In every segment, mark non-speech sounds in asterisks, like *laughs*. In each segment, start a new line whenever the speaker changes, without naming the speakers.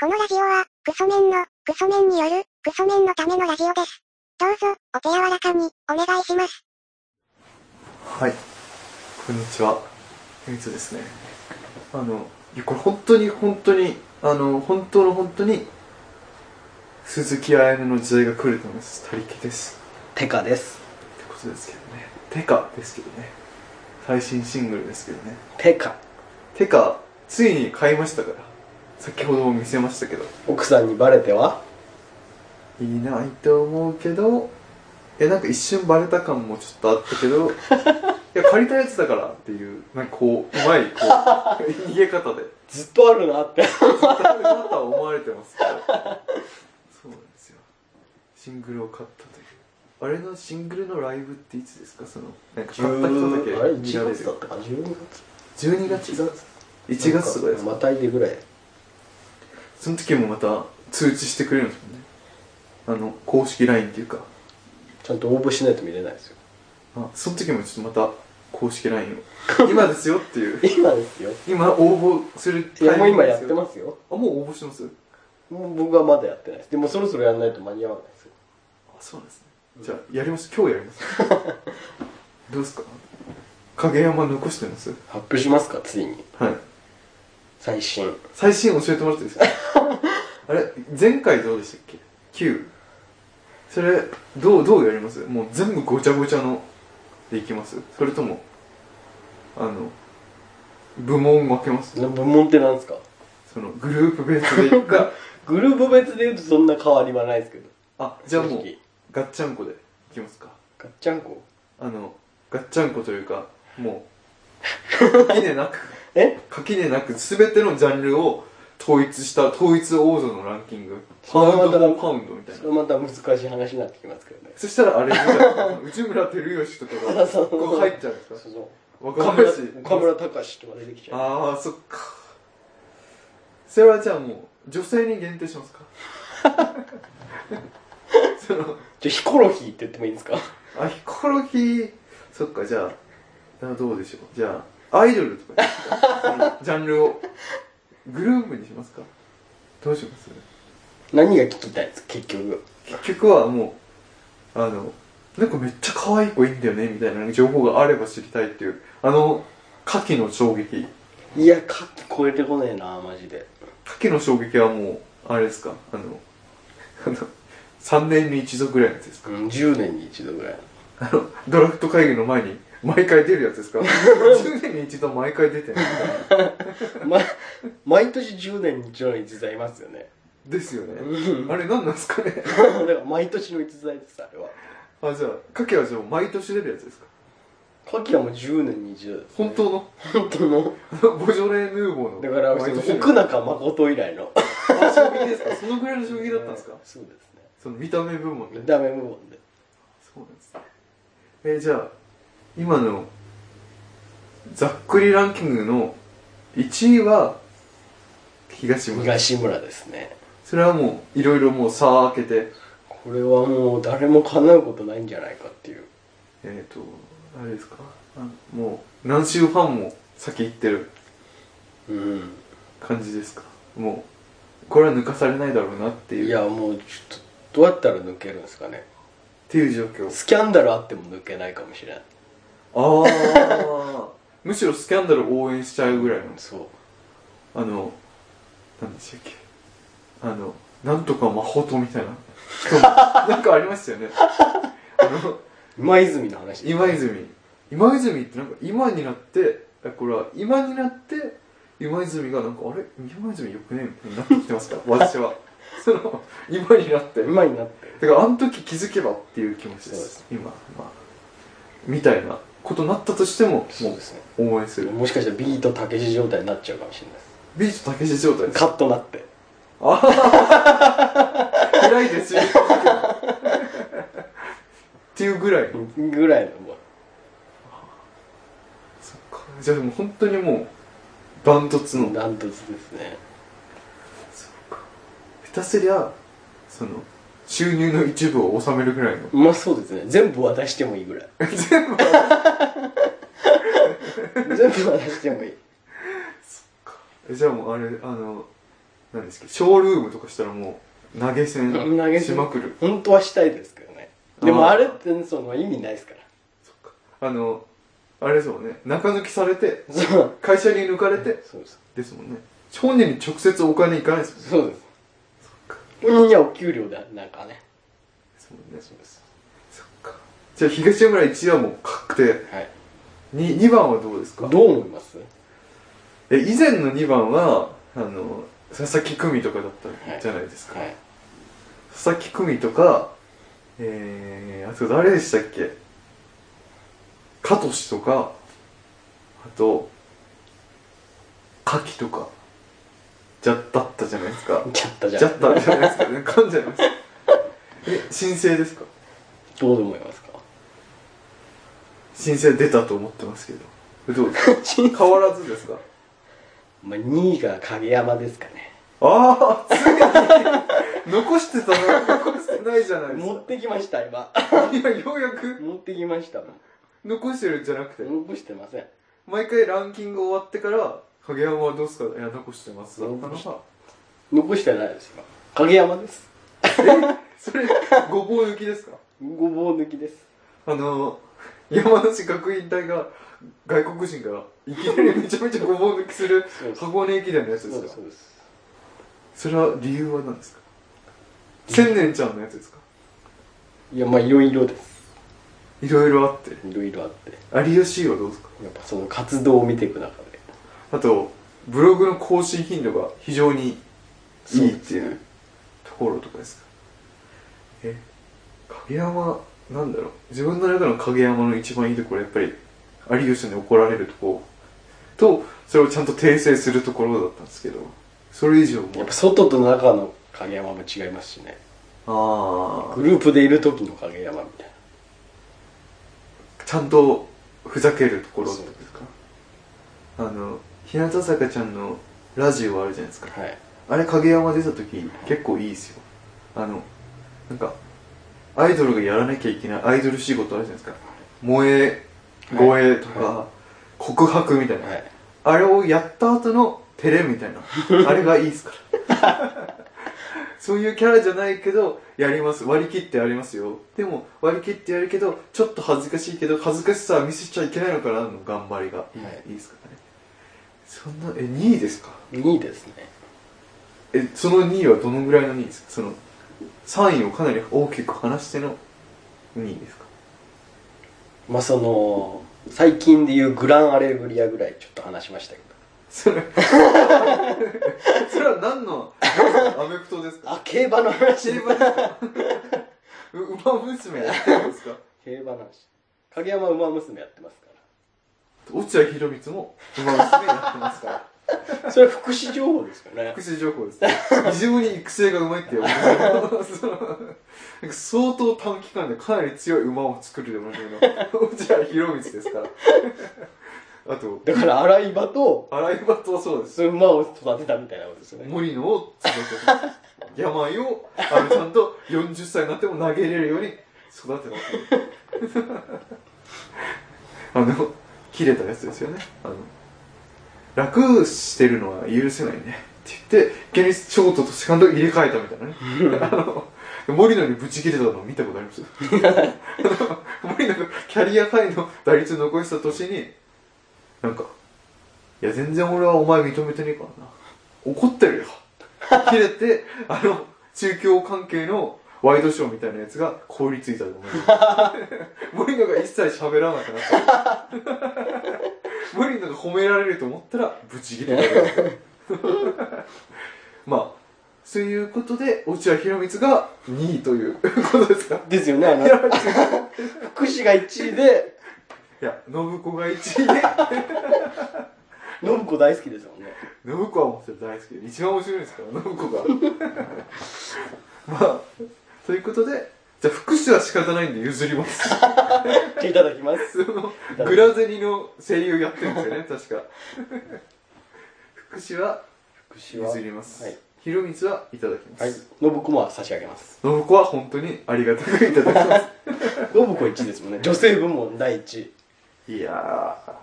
このラジオは、クソメンの、クソメンによる、クソメンのためのラジオです。どうぞ、お手柔らかに、お願いします。
はい。こんにちは。みつですね。あの、いやこれ本当に本当に、あの、本当の本当に、鈴木彩音の時代が来ると思います。他力です。
テカです
ってことですけどね。てかですけどね。最新シングルですけどね。
テカ
てか、ついに買いましたから。先ほども見せましたけど。
奥さんにバレてはい
ないと思うけど、え、なんか一瞬バレた感もちょっとあったけど、いや、借りたやつだからっていう、なんかこう、うまい、こう、逃げ方で。
ずっとあるなって
そうなとは思われてますけどそうなんですよシングルを買ったというあれのシングルのライブっていつですかそのなんか買った人だけ
あれ
見られ
1
る
月だったか12月
12月
1月
1月とかです
ま
か
たいでぐらい
その時もまた通知してくれるんですもんねあの公式 LINE っていうか
ちゃんと応募しないと見れないですよ
あその時もちょっとまた公式 LINE
*laughs*
を今ですよっていう
今ですよ
今応募する
いやもう今やって
す
ますよ
あもう応募してます
もう僕はまだやってないですでもそろそろやんないと間に合わないですよ
あそうなんですねじゃあやります今日やります
*laughs*
どうですか影山残してます
発表しますかついに
はい
最新
最新教えてもらっていいで
*laughs*
すかあれ前回どうでしたっけ ?9 それどうどうやりますもう全部ごちゃごちゃのでいきますそれともあの部門分けます
の部門ってなんですか
そのグループ別でい
*laughs*
くか
グループ別で言うとそんな変わりはないですけど
あじゃあもう
正直
ガッチャンコでいきますか
ガッチャンコ
あのガッチャンコというかもう垣根な
*laughs*
く
え
垣根なく全てのジャンルを統一した統一王者のランキングパ
そ
ウンド・
れはまた
フォー・パウンドみたいな
それまた難しい話になってきますけどね
そしたらあれじゃん内村光良とかが
*laughs* そう
ここ入っちゃうんです
そ
か
の
若
岡村
林
岡村隆史とか出てきちゃう
ああそっかそれはじゃあもう女性に限定します
*laughs*
かその
じゃあヒコロヒーって言ってもいいんですか
あヒコロヒーそっかじゃああどうでしょうじゃあアイドルとかにしますかそのジャンルをグループにしますかどうします
何が聞きたいんですか結局
結局はもうあのなんかめっちゃ可愛い子いいんだよねみたいな情報があれば知りたいっていうあの牡蠣の衝撃
いやカキ超えてこねえなマジで
牡蠣の衝撃はもうあれですかあのあの3年に一度ぐらいのやつですか
うん10年に一度ぐらい
あのドラフト会議の前に毎回出るやつですか10年に一度毎回出てる
ま毎年10年に一度の逸材いますよね
ですよね
うん
あれ何なんですかね
だから毎年の逸材ですあれは
あじゃあ牡蠣はじゃあ毎年出るやつですか
カキはもう10年に一度ですね、
本当の
本当の
あの *laughs* ボジョレ・ヌーボーの
だからそ
毎
の
年出る
奥中誠以来の
あ衝撃です *laughs* かそのぐらいの衝撃だったんですか
そうです
その見た目部門で
ねダメ部門で
そうなんですねえーじゃあ今のざっくりランキングの1位は東村
東村ですね
それはもういろいろもう差を開けて
これはもう誰も叶うことないんじゃないかっていう
えっ、とあれですかあのもう何周ファンも先行ってる
うん
感じですかもうこれは抜かされないだろうなっていう
いやもうちょっとどうやったら抜けるんですかね
っていう状況
スキャンダルあっても抜けないかもしれない
ああ *laughs* むしろスキャンダルを応援しちゃうぐらいの
そう
あの、なんでしたっけ。あの、なんとか魔法とみたいな *laughs* 人も、なんかありましたよね。あの、
今泉の話
今泉。今泉ってなんか今になって、あこれは今になって、今泉がなんか、あれ今泉よくねみたいになってきてますから、私は。その、今になって。
今になって
だからあの時気づけばっていう気持ちで
そうですす。
今、まあ、みたいなことになったとしても、
そう
も
ですね
う応援する。
もしかしたらビートたけし状態になっちゃうかもしれない
ビートたけし状態です
カットなって
暗いですよ。っていうぐらいの。
ぐらいのも
そっか。じゃあもう本当にもう、ダントツ
う
の。
ダントツですね
そっか。下手すりゃ、その、収入の一部を収めるぐらいの。
まあそうですね全部渡してもいいぐらい
全部
全部渡してもいい
えじゃあもうあれ、あの、何ですかショールームとかしたらもう投げ銭
投げ銭
しまくる
本当はしたいですけどねでも
あー
あれってその意味ないですから
あのあれですもんね中抜きされて
そう
会社に抜かれて
そうです
ですもんね本人に直接お金いかないですもんね
そうです本人はお給料だなんかね
ですもんね
そうです
そっかじゃあ東村1はもう確定
はい
2, 2番はどうですか
どう思います
え以前の2番はあの佐々木久美とかだったじゃないですか、
はい
佐々木久美とかえー、あと誰でしたっけカトシとかあとカキとかじゃだったじゃないですか
ちゃったじゃ
じゃ
ん
ったじゃないですかね噛んじゃいますえ申請ですか
どう思いますか
申請出たと思ってますけどどうですか *laughs* 変わらずですか
まあ2位が影山ですかね
ああついに残してたな残してないじゃないです
持ってきました今
かいやようやく
持ってきました
残してるんじゃなくて
残してません
毎回ランキング終わってから影山はどうすかいや残してますだったのが
残し残してないですよ影山です
それごぼう抜きですか
ごぼう抜きです
あの山梨学院大が外国人がいきなりめちゃめちゃごぼう抜きする
そうです
箱根駅伝のやつ
そ
です
う
か
ですそうです
それは理由は何ですか千年ちゃんのやつですか
いやまあいろいろです
いろいろあって
いろいろあってや
有吉はどうですか
っぱその活動を見ていく中で
あとブログの更新頻度が非常にいいってい
そうです
う
ね
ところとかですかえ影山なんだろう自分の中の影山の一番いいところはやっぱり有吉に怒られるとことそれをちゃんと訂正するところだったんですけどそれ以上も
やっぱ外と中の影山も違いますしね
ああ
グループでいる時の影山みたい
ちゃんとふざけるところと
そうです
かあの日向坂ちゃんのラジオあるじゃないですか
なはい
あれ影山出た時結構いいですよあのなんかアイドルがやらなきゃいけないアイドル仕事あるじゃないですか萌え護衛とか、
は
告白みたいな、
はい
あれをやった後の照れみたいなあれがいいですからそういうキャラじゃないけどやります割り切ってやりますよでも割り切ってやるけどちょっと恥ずかしいけど恥ずかしさは見せちゃいけないのかなの頑張りが、
い
いいですからねそんなえ2位ですか
2位ですね
えその2位はどのぐらいの2位ですかその3位をかなり大きく離しての2位ですか
まあその最近でいうグランアレグリアぐらいちょっと話しましたけ
それ *laughs* それは何の何のアメフトです
ど
か
あ競馬の話
競馬ですかう *laughs* 馬娘やってるんですか
競馬の話影山は馬娘やってますか
落合博満も馬娘やってます *laughs* から
らそれは福祉情報ですよね
福祉情報です非常に育成がうまいって言われてる *laughs* そのなんか相当短期間でかなり強い馬を作るでもないの落合博満ですから *laughs* あと
だから洗い場と
洗い場とそうです
そういう馬を育てたみたいなことですよね
森野を育てた病をあのちゃんと40歳になっても投げれるように育てた *laughs* あの切れたやつですよねあの楽してるのは許せないねって言って現実ショートとセカンド入れ替えたみたいなねあの森野にブチ切れたの見たことあります *laughs* あの森野がキャリアハイの打率残した年になんかいや全然俺はお前認めてねえからな怒ってるよ切れて *laughs* あの中京関係のワイドショーみたいなやつが凍りついたと思う森野が一切喋らなくなった *laughs* 森野が褒められると思ったらブチギレられる *laughs* まあそういうことで落合博満が2位ということですか
ですよねあの福祉が1位で
いや信子が1位で
信子大好きですもんね
信子はもちろん大好きで一番面白いですから信子が *laughs* まあということでじゃあ福祉は仕方ないんで譲ります
*laughs* じゃあいただきます
そのグラゼニの声優やってるんですよね確か福祉は
福祉は
譲ります
はい、
ひろみつはいただきます、
はい、信子も差し上げます
信子は本当にありがたくいただきます
信子1位ですもんね女性部門第1位
いやー信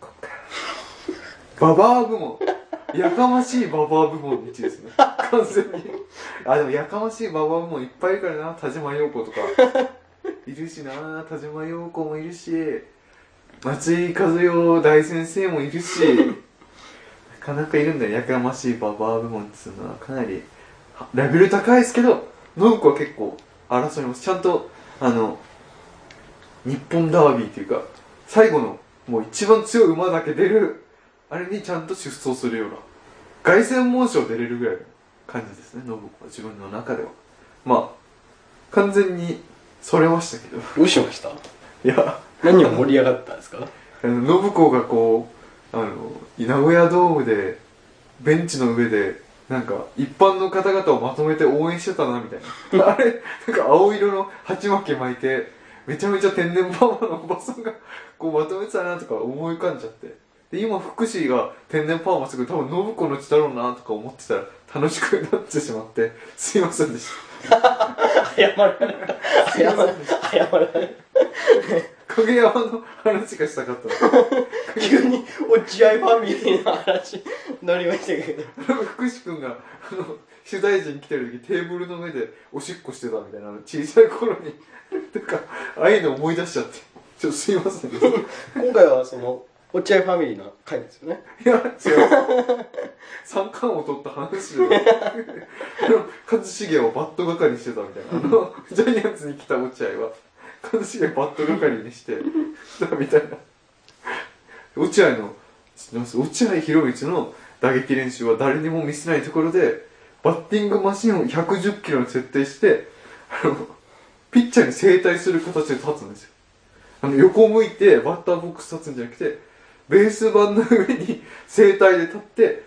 子かババア部門やかましいババア部門の1位ですね。完全に。あ、でもやかましいババア部門いっぱいいるからな。田島陽子とか。いるしな。田島陽子もいるし、松井和代大先生もいるし、なかなかいるんだよ。やかましいババア部門っつうのはかなり、はレベル高いですけど、信子は結構争います。ちゃんと、あの、日本ダービーっていうか、最後の、もう一番強い馬だけ出る、あれにちゃんと出走するような、凱旋門賞出れるぐらいの感じですね、信子は自分の中では。まあ、完全に、それましたけど。
どうしました
いや、
何が盛り上がったんですか
あの信子がこう、あの、名古屋ドームで、ベンチの上で、なんか、一般の方々をまとめて応援してたな、みたいな。あ *laughs* れ、なんか青色の鉢巻き巻いて、めちゃめちゃ天然パーマのおばさんが、こうまとめてたな、とか思い浮かんじゃって。で、今、福祉が天然パーマする多分、信子の血だろうな、とか思ってたら、楽しくなってしまって、すいませんでした。
謝られた謝られた謝られ
影山の話がしたかったの。
た急に落合ファミリーの話乗りましたけど
*laughs* 福士君があの取材陣来てる時テーブルの上でおしっこしてたみたいなあの小さい頃に *laughs* なんかああいうの思い出しちゃってちょっとすいませんいや違う
今回はその落合ファミリーの回ですよね
三冠を取った話であの一茂をバット係にしてたみたいなあのジャイアンツに来た落合は一茂をバット係にしてたみたいな落合の知ってます落合博満の打撃練習は誰にも見せないところでバッティングマシンを110キロに設定してあのピッチャーに正対する形で立つんですよあの横を向いてバッターボックス立つんじゃなくてベース板の上に正対で立って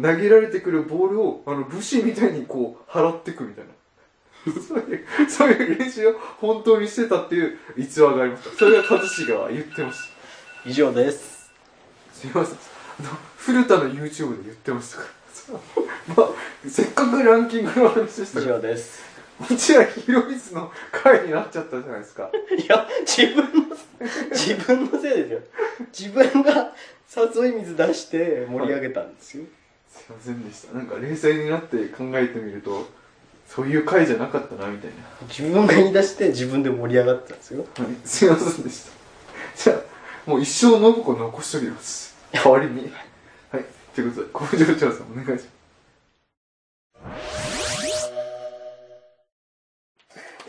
投げられてくるボールをあの武士みたいにこう払ってくみたいなそういうそういう練習を本当にしてたっていう逸話がありましたそれは一茂が言ってました
以上です
すみませんあの古田の YouTube で言ってましたからそうまあせっかくランキングの話でした
以
から
上です
落合博満の回になっちゃったじゃないですか
*laughs* いや自分の自分のせいですよ自分が誘い水出して盛り上げたんですよ、
すいませんでしたなんか冷静になって考えてみるとそういう回じゃなかったなみたいな、
自分が言い出して自分で盛り上がったんですよ
はい、すいませんでしたじゃあもう一生信子残しときます代わりにはいということで工場長さんお願いします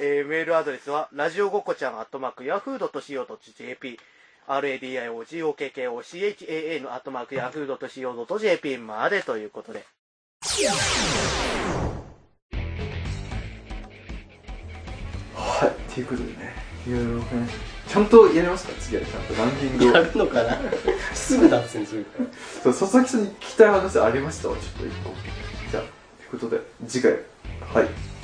えーメールアドレスは、ラジオごっこちゃん、アットマーク、ヤフードと .co.jp、radiogokkocha のアットマーク、ヤフードと .co.jp までということで。
はいということでねいろいろお話ちゃんとやりますか次はちゃんとランキングを
やるのかなすぐ脱線するから
そう佐々木さんに聞きたい話ありましたわちょっと一個じゃあということで次回はい